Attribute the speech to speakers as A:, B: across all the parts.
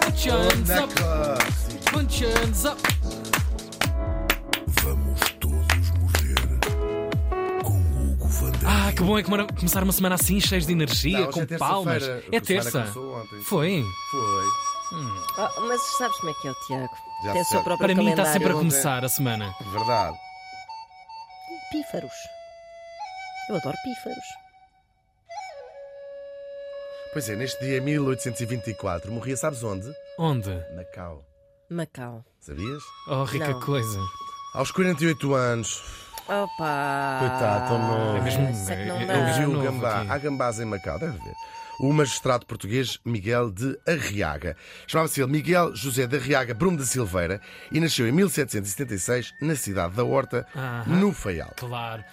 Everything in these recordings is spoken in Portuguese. A: Punch hands up, punch hands up.
B: Vamos todos morrer com Hugo Vandana.
A: Ah, que bom é que mara- começar uma semana assim, cheios de energia,
C: Não, hoje
A: com
C: é terça-feira.
A: palmas. É
C: A
A: terça.
C: semana começou ontem.
A: Foi.
C: Foi.
D: Ah, mas sabes como é que é o Tiago?
C: Já
D: Tem o seu
C: sei.
D: próprio
A: Para mim está
D: calendário.
A: sempre a
C: Eu
A: começar a semana.
C: Verdade.
D: Pífaros. Eu adoro pífaros.
C: Pois é, neste dia 1824 morria, sabes onde?
A: Onde?
C: Macau.
D: Macau.
C: Sabias?
A: Oh, rica
D: Não.
A: coisa.
C: Aos 48 anos.
D: Opa!
C: Coitado, tão novo.
A: É mesmo.
D: Sei que não
A: é- é-
D: dá.
A: é um
C: Viu o
A: novo
C: gambá.
A: aqui.
C: Há gambás em Macau, deve ver. O magistrado português Miguel de Arriaga. Chamava-se ele Miguel José de Arriaga Bruno de Silveira e nasceu em 1776 na cidade da Horta,
A: Aham.
C: no Faial.
A: Claro.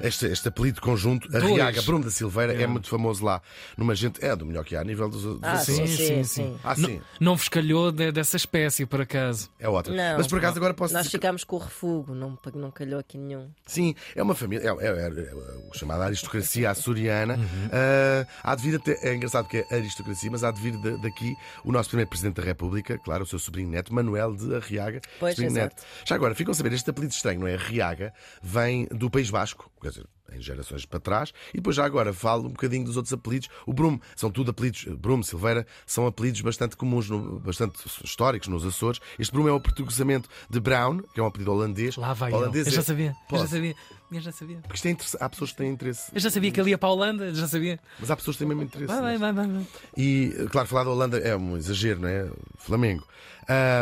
C: Este, este apelido conjunto,
A: Dois.
C: Arriaga Bruno da Silveira, é. muito famoso lá. Numa gente, é do melhor que há a nível dos. dos
D: Ah,
C: Açores.
D: sim,
A: Sim, sim,
D: sim, sim.
C: Ah, sim.
A: Não vos calhou de- dessa espécie, por acaso.
C: É ótimo.
D: Não.
C: Mas por acaso agora posso
D: Nós
C: dizer-
D: ficámos com o refugo, não, não calhou aqui nenhum.
C: Sim, é uma família, é, é, é, é a chamada aristocracia açoriana.
A: Uhum.
C: Ah, há de vir até, é engraçado que é aristocracia, mas há de vir da- daqui o nosso primeiro Presidente da República, claro, o seu sobrinho neto, Manuel de Arriaga.
D: Pois,
C: sobrinho
D: exato.
C: Já agora, ficam a saber, este apelido estranho, não é? Arriaga, vem do País Vasco, quer dizer, em gerações para trás, e depois já agora falo um bocadinho dos outros apelidos. O Brume, são tudo apelidos, eh, Brume, Silveira, são apelidos bastante comuns, no- bastante históricos nos Açores. Este Brume é o portuguesamento de Brown, que é um apelido holandês.
A: Lá vai ele.
C: holandês
A: Eu já
C: é-
A: sabia. Eu já
C: Pode.
A: sabia. Eu já sabia.
C: Porque isto é interessa- há pessoas que têm interesse,
A: Eu já sabia que ele ia para a Holanda. Eu já sabia.
C: mas há pessoas que têm mesmo interesse.
A: Vai, vai,
C: nisto.
A: vai, vai. vai.
C: E, claro, falar da Holanda é um exagero, não é? Flamengo.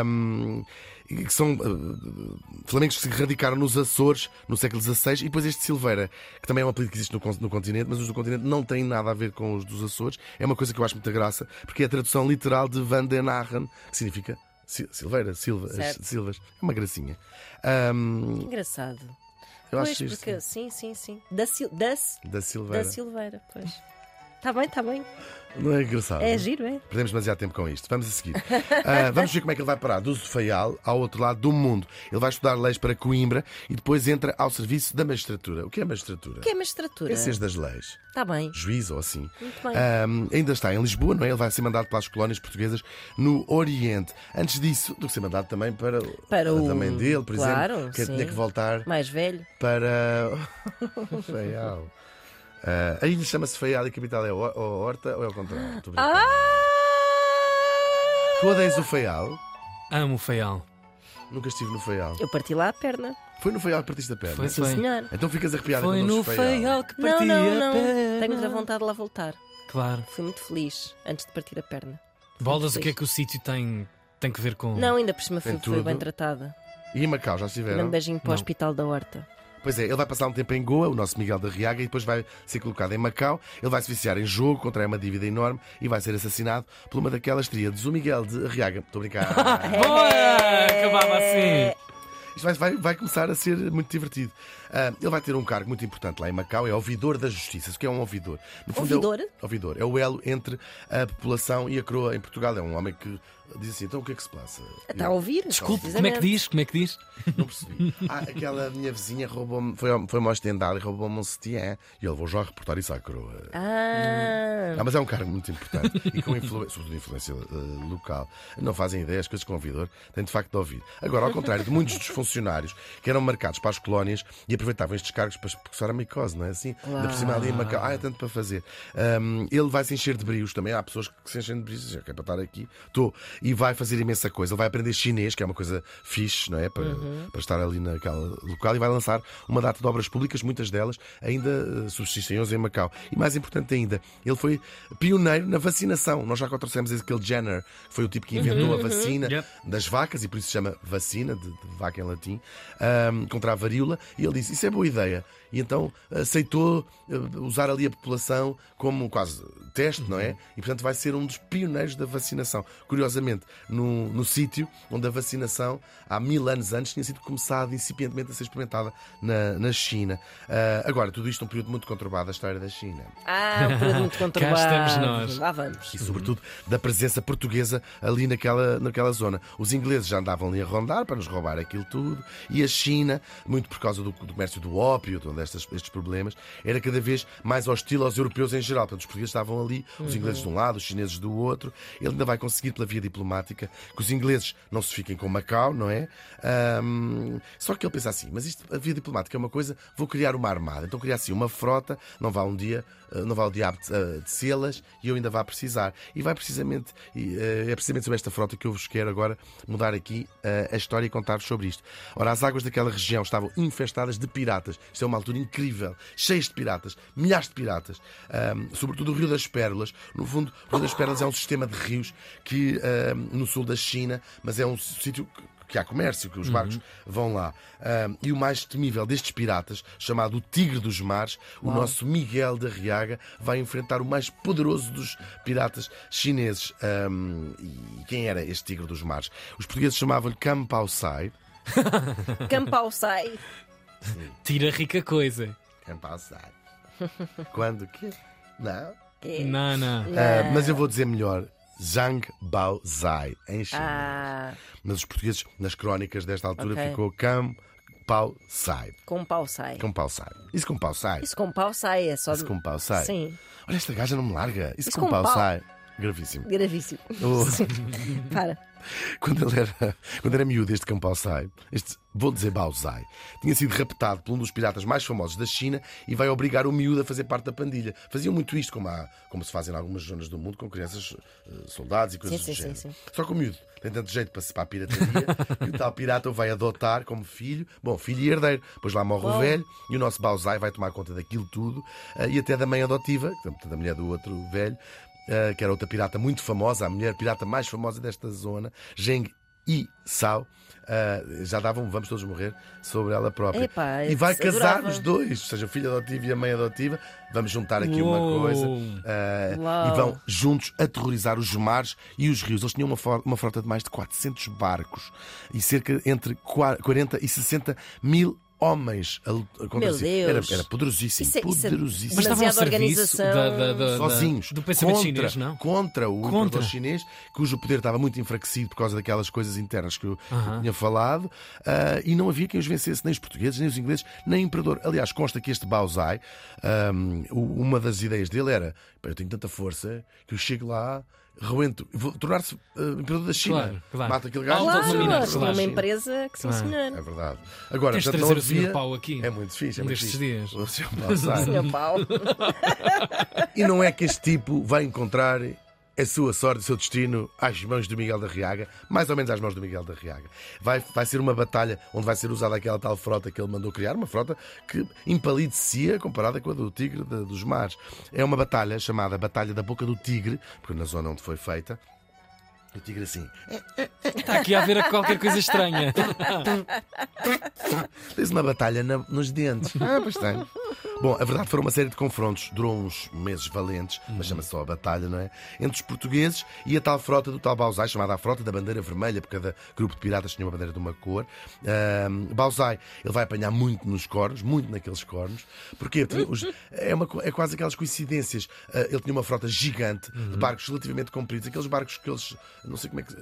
C: Ahm, e que são ah, flamengos que se radicaram nos Açores no século XVI e depois este Silveira, que também é um apelido que existe no, con- no continente, mas os do continente não têm nada a ver com os dos Açores. É uma coisa que eu acho muita graça, porque é a tradução literal de Van den Arren, que significa Sil- Silveira, Silva,
D: Certo.
C: Silvas. É uma gracinha. Ahm,
D: Engraçado.
C: Hum. eu
D: pois,
C: acho isto
D: porque. Sim, sim, sim. Da, Sil... da...
C: da
D: da
C: Silveira.
D: Silveira, pois. Está bem, está bem.
C: Não é engraçado?
D: É giro, é?
C: Perdemos demasiado tempo com isto. Vamos a seguir. Ah, vamos ver como é que ele vai parar do Faial ao outro lado do mundo. Ele vai estudar leis para Coimbra e depois entra ao serviço da magistratura. O que é magistratura?
D: O que é magistratura?
C: Ciências das leis.
D: Está bem.
C: Juiz ou assim.
D: Muito bem.
C: Ahm, ainda está em Lisboa, não é? Ele vai ser mandado pelas colónias portuguesas no Oriente. Antes disso, do que ser mandado também para,
D: Para
C: a
D: o-
C: da mãe dele, por
D: Claro,
C: exemplo, que
D: sim.
C: tinha que voltar
D: Mais velho.
C: para o Faial. Ah, a ilha chama-se Faial e a capital é o o Horta ou é o contrário? Estou a brincar.
D: Ah!
C: Tu odeias o Faial?
A: Amo o Feial.
C: Nunca estive no Feial.
D: Eu parti lá a perna.
C: Foi no Feial que partiste a perna?
A: Foi,
D: Sim,
A: foi.
D: senhor.
C: Então ficas arrepiado
A: Foi
C: quando
A: no
C: ouves Feial.
A: Feial que
D: Não,
A: parti
D: não,
A: a
D: não.
A: perna.
D: Tenho muita vontade de lá voltar.
A: Claro.
D: Fui muito feliz antes de partir a perna.
A: Bolas, o que é
D: feliz.
A: que o sítio tem, tem que ver com.
D: Não, ainda por cima
C: Tem
D: fui, fui
C: tudo.
D: bem tratada.
C: E em Macau, já
D: Mando um
C: estiveram?
D: beijinho para
A: Não.
D: o Hospital da Horta.
C: Pois é, ele vai passar um tempo em Goa, o nosso Miguel da Riaga, e depois vai ser colocado em Macau. Ele vai se viciar em jogo, contrai uma dívida enorme e vai ser assassinado por uma daquelas tríades. O Miguel de Riaga. Estou a brincar.
A: Boa!
D: é-
A: Acabava assim.
C: Isto vai, vai, vai começar a ser muito divertido. Ah, ele vai ter um cargo muito importante lá em Macau, é ouvidor da justiça. O que é um ouvidor? No
D: Ouvidor?
C: É o, ouvidor. É o elo entre a população e a coroa em Portugal. É um homem que diz assim: então o que é que se passa?
D: Está a
C: Eu-
D: ouvir?
A: Desculpe, como é que diz? Como é que diz?
C: Não percebi. Ah, aquela minha vizinha roubou-me, foi, ao- foi-me ao estendal e roubou-me um sutiã. E ele, vou já reportar isso à coroa.
D: Ah,
C: Ah, mas é um cargo muito importante e com influência, sobretudo influência eh, local. Não fazem ideia, as coisas que o ouvidor tem de facto de ouvir. Agora, ao contrário de muitos dos funcionários que eram marcados para as colónias e aproveitavam estes cargos para expulsar a micose, não é assim? Ainda por cima ali em Macau, ah, é tanto para fazer. Ahm, ele vai se encher de brios também, há pessoas que se enchem de brios, dizem, ok, para estar aqui, estou. E vai fazer imensa coisa. Ele vai aprender chinês, que é uma coisa fixe, não é? Para, para estar ali naquela local e vai lançar uma data de obras públicas, muitas delas ainda eh, subsistem hoje em Macau. E mais importante ainda, ele foi pioneiro na vacinação. Nós já cá trouxemos aquele Jenner, que foi o tipo que inventou a vacina
A: Yep.
C: das vacas, e por isso se chama vacina, de, de vaca em latim, ahm, contra a varíola, e ele disse: Isso é boa ideia. E então aceitou eh, usar ali a população como quase teste, não é? E portanto vai ser um dos pioneiros da vacinação. Curiosamente, no, no sítio onde a vacinação, há mil anos antes, tinha sido começada incipientemente a ser experimentada na, na China. Ah, agora, tudo isto é um período muito conturbado da história da China.
D: ah um período muito conturbado.
A: estamos nós.
D: Lá vamos.
C: E sobretudo da presença portuguesa ali naquela, naquela zona. Os ingleses já andavam ali a rondar para nos roubar aquilo tudo. E a China, muito por causa do, do comércio do ópio, de onde estas- estes problemas, era cada vez mais hostil aos europeus em geral. Portanto, os portugueses estavam ali, os ingleses de um lado, os chineses do outro. Ele ainda vai conseguir, pela via diplomática, que os ingleses não se fiquem com Macau, não é? Ahm, só que ele pensa assim, mas isto, a via diplomática é uma coisa, vou criar uma armada. Então criar assim uma frota, não vá um dia, eh, não vá o diabo eh, tecê-las e eu ainda vá precisar. E vai precisamente, e, eh, é precisamente sobre esta frota que eu vos quero agora mudar aqui eh, a história e contar-vos sobre isto. Ora, as águas daquela região estavam infestadas de piratas. Isto é uma altura incrível, cheias de piratas, milhares de piratas. Ahm, sobretudo o Rio das Pérolas. No fundo, o Rio das Pérolas é um sistema de rios que ahm, no sul da China, mas é um sítio que- que há comércio, que os
D: Uhum.
C: barcos vão lá. Ahm, e o mais temível destes piratas, chamado o Tigre dos Mares, o nosso Miguel da Riaga, vai enfrentar o mais poderoso dos piratas chineses. Ahm, e quem era este Tigre dos Mares? Os portugueses chamavam-lhe Campau Sai.
D: Campau um sai.
A: Tira rica coisa.
C: Campau Sai. Quando que? Não.
D: É.
A: Não, não.
C: Ah, mas eu vou dizer melhor. Zhang Bao Zai, em chinês.
D: Ah,
C: Mas os portugueses, nas crónicas desta altura,
D: Ok.
C: ficou Cam Pau Sai.
D: com um pau sai.
C: Com pau sai. Isso com pau sai.
D: Isso com pau sai é só.
C: Isso
A: um
C: com um pau sai.
D: Sim,
C: Olha, esta gaja não me larga. Isso,
D: Isso
C: com, um
D: com
C: pau
D: um pau.
C: sai. Gravíssimo.
D: gravíssimo.
A: Oh.
C: O-
D: Sim. Para.
C: quando ele era, quando era miúdo, este Campau Sai, este, vou dizer Baozai, tinha sido raptado por um dos piratas mais famosos da China e vai obrigar o miúdo a fazer parte da pandilha. Faziam muito isto, como, há- como se faz em algumas zonas do mundo, com crianças, eh, soldados e coisas
D: Sim,
C: do
D: sim,
C: género.
D: sim, sim.
C: Só que o miúdo tem tanto jeito para, se- para a pirataria que o tal pirata o vai adotar como filho, bom, filho e herdeiro. Depois lá morre o velho e o nosso Baozai vai tomar conta daquilo tudo eh, e até da mãe adotiva, portanto, da mulher do outro velho, eh, que era outra pirata muito famosa, a mulher pirata mais famosa desta zona, Zheng e Sao, ah, já davam Vamos Todos Morrer sobre ela própria.
D: Epá,
C: e vai
D: eu
C: casar
D: adorava.
C: os dois, ou seja, o filho adotivo e a mãe adotiva. Vamos juntar aqui uma
A: Uou.
C: coisa. ah,
D: Uau.
C: e vão juntos aterrorizar os mares e os rios. Eles tinham uma, for- uma frota de mais de 400 barcos e cerca entre qua- 40 e 60 mil homens a lu- contra
D: Meu
C: si.
D: Deus.
C: Era, era poderosíssimo.
D: Isso é- isso é-
C: poderosíssimo.
A: Mas estavam a
D: Demasiada
A: serviço
D: organização.
A: da, da, da, da-
C: Sozinhos.
A: do pensamento
C: contra,
A: chinês, não?
C: Contra o
A: Contra.
C: imperador chinês, cujo poder estava muito enfraquecido por causa daquelas coisas internas que eu
A: Aham.
C: tinha falado, ah, e não havia quem os vencesse, nem os portugueses, nem os ingleses, nem o imperador. Aliás, consta que este Baozai, ahm, o- uma das ideias dele era: "Pá, eu tenho tanta força que eu chego lá, roento, vou tornar-se ah, imperador da China.
A: Claro, claro.
C: Mata aquele gajo.
A: Alto
C: torna-se
A: dominante, dominar,
C: imperador da
D: Claro,
A: claro. Ah.
D: uma
C: China."
D: empresa que sim,
A: Claro.
C: É
D: senhor.
C: verdade. Agora,
A: Tens de
C: portanto,
A: trazer
C: não
A: o Sr.
C: havia...
A: Pau aqui.
C: É muito fixe. É
A: Um
C: muito
A: destes
C: fixe.
A: dias.
C: O Sr. Baozai.
D: Senhor pau.
C: E não é que este tipo vai encontrar a sua sorte, o seu destino às mãos do Miguel da Riaga, mais ou menos às mãos do Miguel da Riaga. Vai, vai ser uma batalha onde vai ser usada aquela tal frota que ele mandou criar, uma frota que empalidecia comparada com a do Tigre da- dos Mares. É uma batalha chamada Batalha da Boca do Tigre, porque na zona onde foi feita. O tigre assim.
A: Está aqui a haver qualquer coisa estranha.
C: Tens uma batalha na- nos dentes. Ah, pois tem. Bom, a verdade foram uma série de confrontos, durou uns meses valentes, mas chama-se só a batalha, não é? Entre os portugueses e a tal frota do tal Bauzai, chamada a frota da bandeira vermelha, porque cada grupo de piratas tinha uma bandeira de uma cor. Ahm, Bauzai, ele vai apanhar muito nos cornos, muito naqueles cornos, porque os- é, uma co- é quase aquelas coincidências. Ah, ele tinha uma frota gigante de barcos relativamente compridos, aqueles barcos que eles, não sei como é que.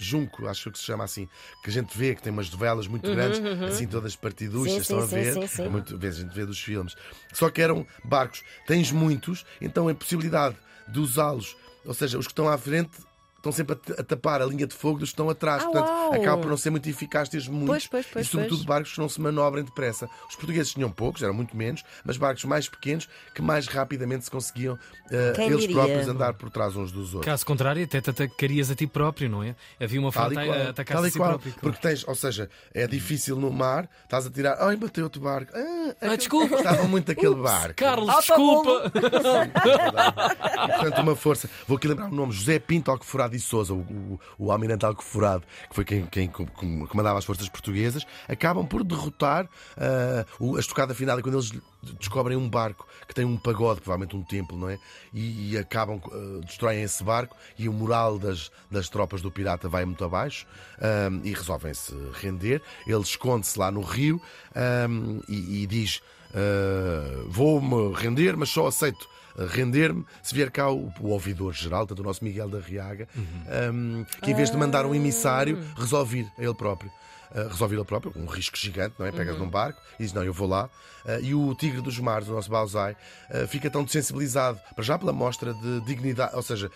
C: Junco, acho que se chama assim, que a gente vê que tem umas velas muito grandes, assim todas partiduchas,
D: Uhum, Sim,
C: estão
D: sim,
C: a
D: sim,
C: ver?
D: sim, sim.
C: É muito vezes a gente vê dos filmes. Só que eram barcos, tens muitos, então a possibilidade de usá-los, ou seja, os que estão à frente estão sempre a t- a tapar a linha de fogo dos que estão atrás,
D: Ah,
C: portanto
D: uau!
C: acaba por não ser muito eficaz teres muitos
D: Pois, pois, pois,
C: e sobretudo
D: pois.
C: barcos que não se manobrem depressa. Os portugueses tinham poucos, eram muito menos, mas barcos mais pequenos que mais rapidamente se conseguiam eh,
D: Quem
C: eles
D: diria?
C: próprios andar por trás uns dos outros.
A: Caso contrário, até te atacarias a ti próprio, não é? Havia uma
C: Tal e
A: falta
C: qual,
A: a atacar
C: tal
A: a
C: e
A: si
C: qual.
A: próprio. claro.
C: Porque tens, ou seja, é difícil no mar, estás a tirar, ai, bateu outro barco. Ah, aquele-
A: desculpa.
C: Estava muito aquele barco.
A: Carlos,
D: Autogolo.
A: desculpa!
C: E, Portanto, uma força. Vou aqui lembrar o nome: José Pinto Alcoforado e Souza, o, o, o almirante Alcoforado, que foi quem, quem com- com- comandava as forças portuguesas, acabam por derrotar ah, o- a estocada final. E quando eles descobrem um barco que tem um pagode, provavelmente um templo, não é? E, e acabam, ah, destroem esse barco e o moral das, das tropas do pirata vai muito abaixo ah, e resolvem-se render. Ele esconde-se lá no rio ah, e, e diz. ah, Vou-me render, mas só aceito eh, render-me se vier cá o, o ouvidor geral, tanto o nosso Miguel da Riaga, ehm, que em vez de mandar um emissário, resolve ir a ele próprio. Eh, resolve ir ele próprio, um risco gigante, não é? Pegas num barco e diz: Não, eu vou lá. Eh, e o Tigre dos Mares, o nosso Bausai, eh, fica tão desensibilizado, para já pela mostra de dignidade, ou seja,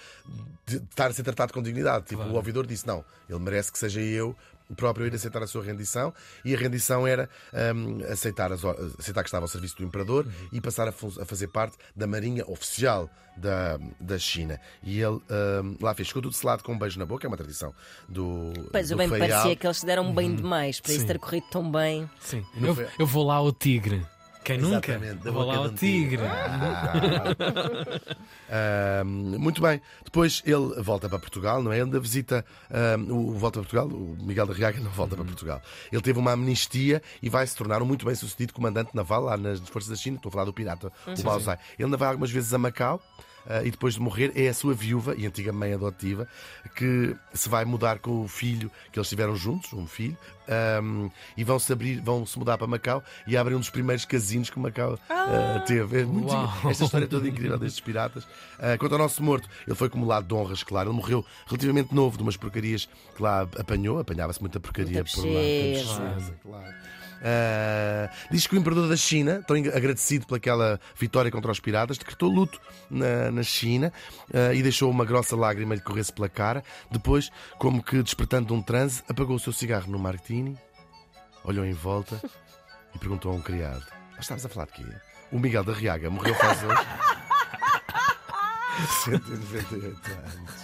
C: de de estar a ser tratado com dignidade. Tipo, o ouvidor disse: Não, ele merece que seja eu próprio a ir aceitar a sua rendição e a rendição era hum, aceitar, as or- aceitar que estava ao serviço do imperador e passar a, fun- a fazer parte da marinha oficial da, da China e ele hum, lá fez ficou tudo selado com um beijo na boca é uma tradição do
D: Pois,
C: do
D: eu bem me
C: feial.
D: parecia que eles se deram
A: Uhum.
D: bem demais para isso ter corrido tão bem.
A: Sim.
C: Não
A: Eu,
C: foi-
A: eu vou lá ao tigre. Quem nunca?
C: Exatamente, da
A: Vou
C: boca
A: lá
C: de
A: ao
C: um
A: tigre.
C: Ah, hum, muito bem. Depois ele volta para Portugal, não é? Ele ainda visita. hum, o, volta para Portugal, o Miguel da Riaga não volta para Portugal. Ele teve uma amnistia e vai se tornar um muito bem sucedido comandante naval lá nas Forças da China. Estou a falar do pirata, o Baozai. Ele ainda vai algumas vezes a Macau. ah, e depois de morrer, é a sua viúva e antiga mãe adotiva que se vai mudar com o filho que eles tiveram juntos, um filho, hum, e vão se abrir, vão se mudar para Macau e abrem um dos primeiros casinos que Macau ah, teve. É muito
A: Uau.
C: giro. Esta história toda incrível destes piratas. Ah, quanto ao nosso morto, ele foi acumulado de honras, claro. Ele morreu relativamente novo de umas porcarias que lá apanhou. Apanhava-se muita porcaria
D: Muita
C: por lá.
D: pecheza.
C: Muita pecheza, claro. Ah, diz que o imperador da China, tão agradecido pelaquela vitória contra os piratas, decretou luto na, na China ah, e deixou uma grossa lágrima lhe correr-se pela cara. Depois, como que despertando de um transe, apagou o seu cigarro no martini, olhou em volta e perguntou a um criado: Mas estavas a falar de quê? O Miguel da Riaga morreu faz hoje. 198 anos.